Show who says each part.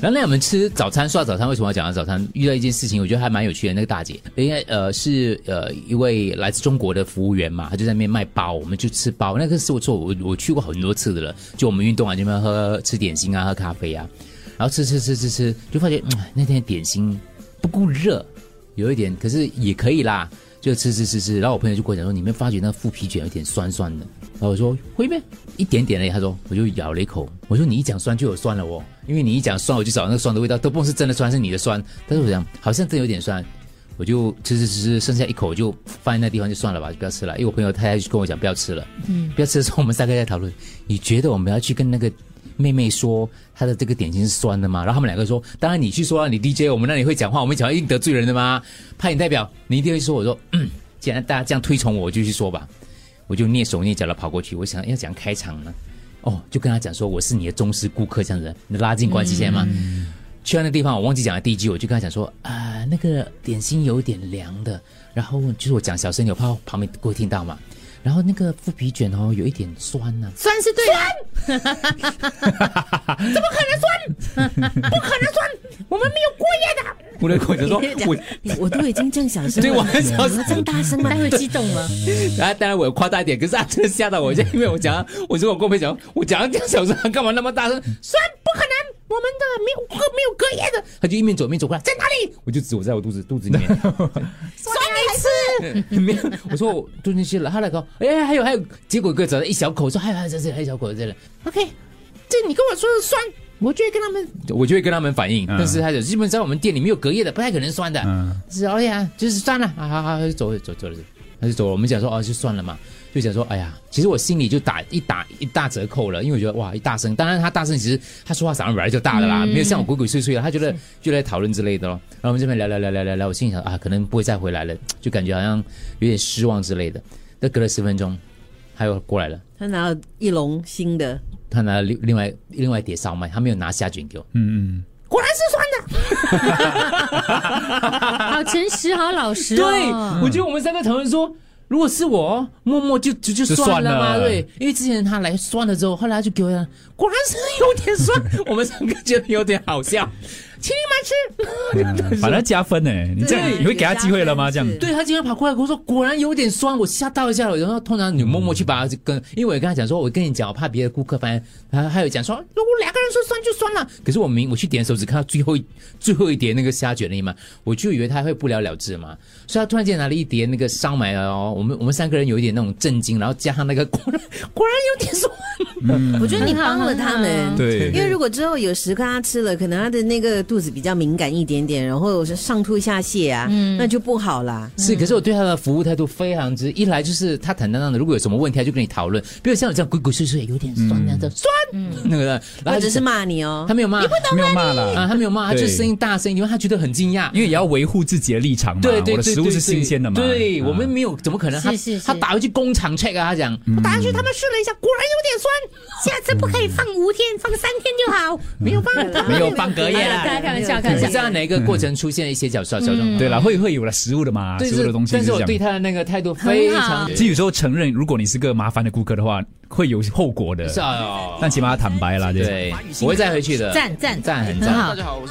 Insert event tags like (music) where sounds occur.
Speaker 1: 然后那我们吃早餐，说到早餐，为什么要讲到早餐？遇到一件事情，我觉得还蛮有趣的。那个大姐，应该呃是呃一位来自中国的服务员嘛，她就在那边卖包，我们就吃包。那个是我做我我去过很多次的了，就我们运动完这边喝吃点心啊，喝咖啡啊，然后吃吃吃吃吃，就发现、嗯、那天的点心不够热，有一点，可是也可以啦。就吃吃吃吃，然后我朋友就跟我讲说，你没发觉那副皮卷有点酸酸的？然后我说会咩？一点点而已。他说，我就咬了一口，我说你一讲酸就有酸了哦，因为你一讲酸，我就找那个酸的味道，都不是真的酸，是你的酸。但是我想好像真有点酸，我就吃吃吃吃，剩下一口就放在那地方就算了吧，就不要吃了。因为我朋友太太就跟我讲不要吃了，嗯，不要吃的时候我们三个在讨论，你觉得我们要去跟那个妹妹说她的这个点心是酸的吗？然后他们两个说，当然你去说啊，你 DJ 我们那里会讲话，我们讲话一定得罪人的吗？派你代表，你一定会说。我说，嗯，既然大家这样推崇我，我就去说吧。我就蹑手蹑脚的跑过去，我想要怎样开场呢？哦，就跟他讲说我是你的忠实顾客这样子，你拉近关系先嘛。去到那地方，我忘记讲了第一句，我就跟他讲说啊、那个点心有点凉的，然后就是我讲小声点，我怕旁边各位听到嘛。然后那个腐皮卷哦，有一点酸呐、
Speaker 2: 酸是对的，怎么可能酸？不可能酸，我们没有过夜的。
Speaker 3: 我的口就说，
Speaker 1: (laughs)
Speaker 3: 我
Speaker 4: 你我都已经这样小声了，
Speaker 1: 对我很
Speaker 4: 你
Speaker 1: 小声
Speaker 4: 这样大声吗？
Speaker 2: 待会激动啊吗？
Speaker 1: 然后当然我有夸大一点，可是他真的吓到我一下，因为我讲，我说我跟我朋友讲，我讲这样小声，他干嘛那么大声？
Speaker 2: 酸不可能，我们的没有隔没有隔夜的，
Speaker 1: 他就一面走一面走过来，在哪里？我就指我在我肚子肚子里面，
Speaker 2: 酸来吃。
Speaker 1: 没有，我说我肚进去了，他来搞，哎，还有还有，结果给我找到一小口，我说还有还有这里还有一小口在这里，
Speaker 2: OK，这你跟我说的酸，我就会跟他们
Speaker 1: 我就会跟他们反映，
Speaker 3: 嗯
Speaker 1: 但是他就基本上我们店里没有隔夜的，不太可能酸的，
Speaker 3: 嗯，
Speaker 1: 是哎呀，就是算了，啊，好好，就走走走了，他就走了。我们讲说哦，就算了嘛，就讲说哎呀，其实我心里就打一打一大折扣了，因为我觉得哇，一大声，当然他大声，其实他说话嗓门本来就大的啦，没有像我鬼鬼祟祟的，他觉得就在讨论之类的咯。然后我们这边聊聊聊聊聊聊，我心里想啊，可能不会再回来了，就感觉好像有点失望之类的。那隔了十分钟，他又过来了。
Speaker 4: 他拿了一笼新的，
Speaker 1: 他拿了另另外另外一碟烧麦，他没有拿虾卷给我。
Speaker 2: 果然是酸的。
Speaker 4: (laughs)
Speaker 5: 好诚实，好老实、哦。
Speaker 1: 对，
Speaker 3: 啊
Speaker 1: 我觉得我们三个讨论说，如果是我，默默就就就
Speaker 3: 就
Speaker 1: 算了嘛，
Speaker 3: 算了
Speaker 1: 对，因为之前他来算了之后，后来他就给我讲，果然是有点酸， (laughs) 我们三个觉得有点好笑，请你们吃。 (laughs)
Speaker 3: 反正加分呢。欸你这样
Speaker 4: 对
Speaker 3: 你会给他机会了吗？
Speaker 4: 有
Speaker 3: 这
Speaker 4: 加
Speaker 3: 样
Speaker 4: 分，
Speaker 1: 对他竟然跑过来跟我说，果然有点酸，我吓到一下了。然后通常你默默去把他跟，因为我也跟他讲说，我跟你讲，我怕别的顾客发现。他还有讲说，如果两个人说酸就酸了，可是我明我去点的时候只看到最后一 (laughs) 最后一碟那个虾卷而已嘛，我就以为他会不了了之嘛。所以他突然间拿了一碟那个烧麦哦，我们我们三个人有一点那种震惊，然后加上那个 (laughs) 果然果然有点酸，
Speaker 4: 我觉得你帮了他们。
Speaker 3: 对
Speaker 4: 因为如果之后有时跟他吃了，可能他的那个肚子比较敏感一点点，然后上吐下泻啊，
Speaker 5: 嗯
Speaker 4: 那就不好啦。
Speaker 1: 是，可是我对他的服务态度非常之，一来就是他坦荡荡的，如果有什么问题他就跟你讨论，比如像我这样鬼鬼祟祟，有点酸那样的酸，那个的，然后
Speaker 4: 嗯或
Speaker 1: 他就
Speaker 4: 者是骂你哦
Speaker 1: 他，没有骂，
Speaker 3: 没有骂啦，
Speaker 1: 啊，他没有骂，他就
Speaker 3: 对
Speaker 1: 声音大声一点，因为他觉得很惊讶。
Speaker 3: 因为也要维护自己的立场嘛。
Speaker 1: 对对对，
Speaker 3: 我的食物
Speaker 1: 对
Speaker 3: 是
Speaker 1: 对
Speaker 3: 新鲜的嘛。
Speaker 1: 对
Speaker 3: 啊
Speaker 1: 我们没有，怎么可能？他
Speaker 5: 是是是
Speaker 1: 他打回去工厂 check 啊，他讲
Speaker 2: 打下去他们试了一下，果然有点酸，下次不可以放五天，放三天就好，没有办法。
Speaker 1: 没有放隔夜啊
Speaker 5: 大
Speaker 1: 啦。
Speaker 5: 家开玩笑，开
Speaker 1: 你
Speaker 5: 玩
Speaker 1: 知
Speaker 5: 笑。
Speaker 1: 道哪一个过程出现一些小小小状况？
Speaker 3: 对啦，会会有了食物的嘛，
Speaker 1: 对，
Speaker 3: 食物的东西
Speaker 1: 但是
Speaker 3: 这
Speaker 1: 我
Speaker 3: 样。
Speaker 1: 对他的那个态度非
Speaker 5: 很
Speaker 1: 常
Speaker 5: 好
Speaker 3: 其实有时候承认，如果你是个麻烦的顾客的话，会有后果的。
Speaker 1: 是啊，
Speaker 3: 但起码他坦白啦，
Speaker 1: 对，我会再回去的。
Speaker 5: 赞赞
Speaker 1: 赞很
Speaker 5: 很
Speaker 1: 赞。
Speaker 5: 好。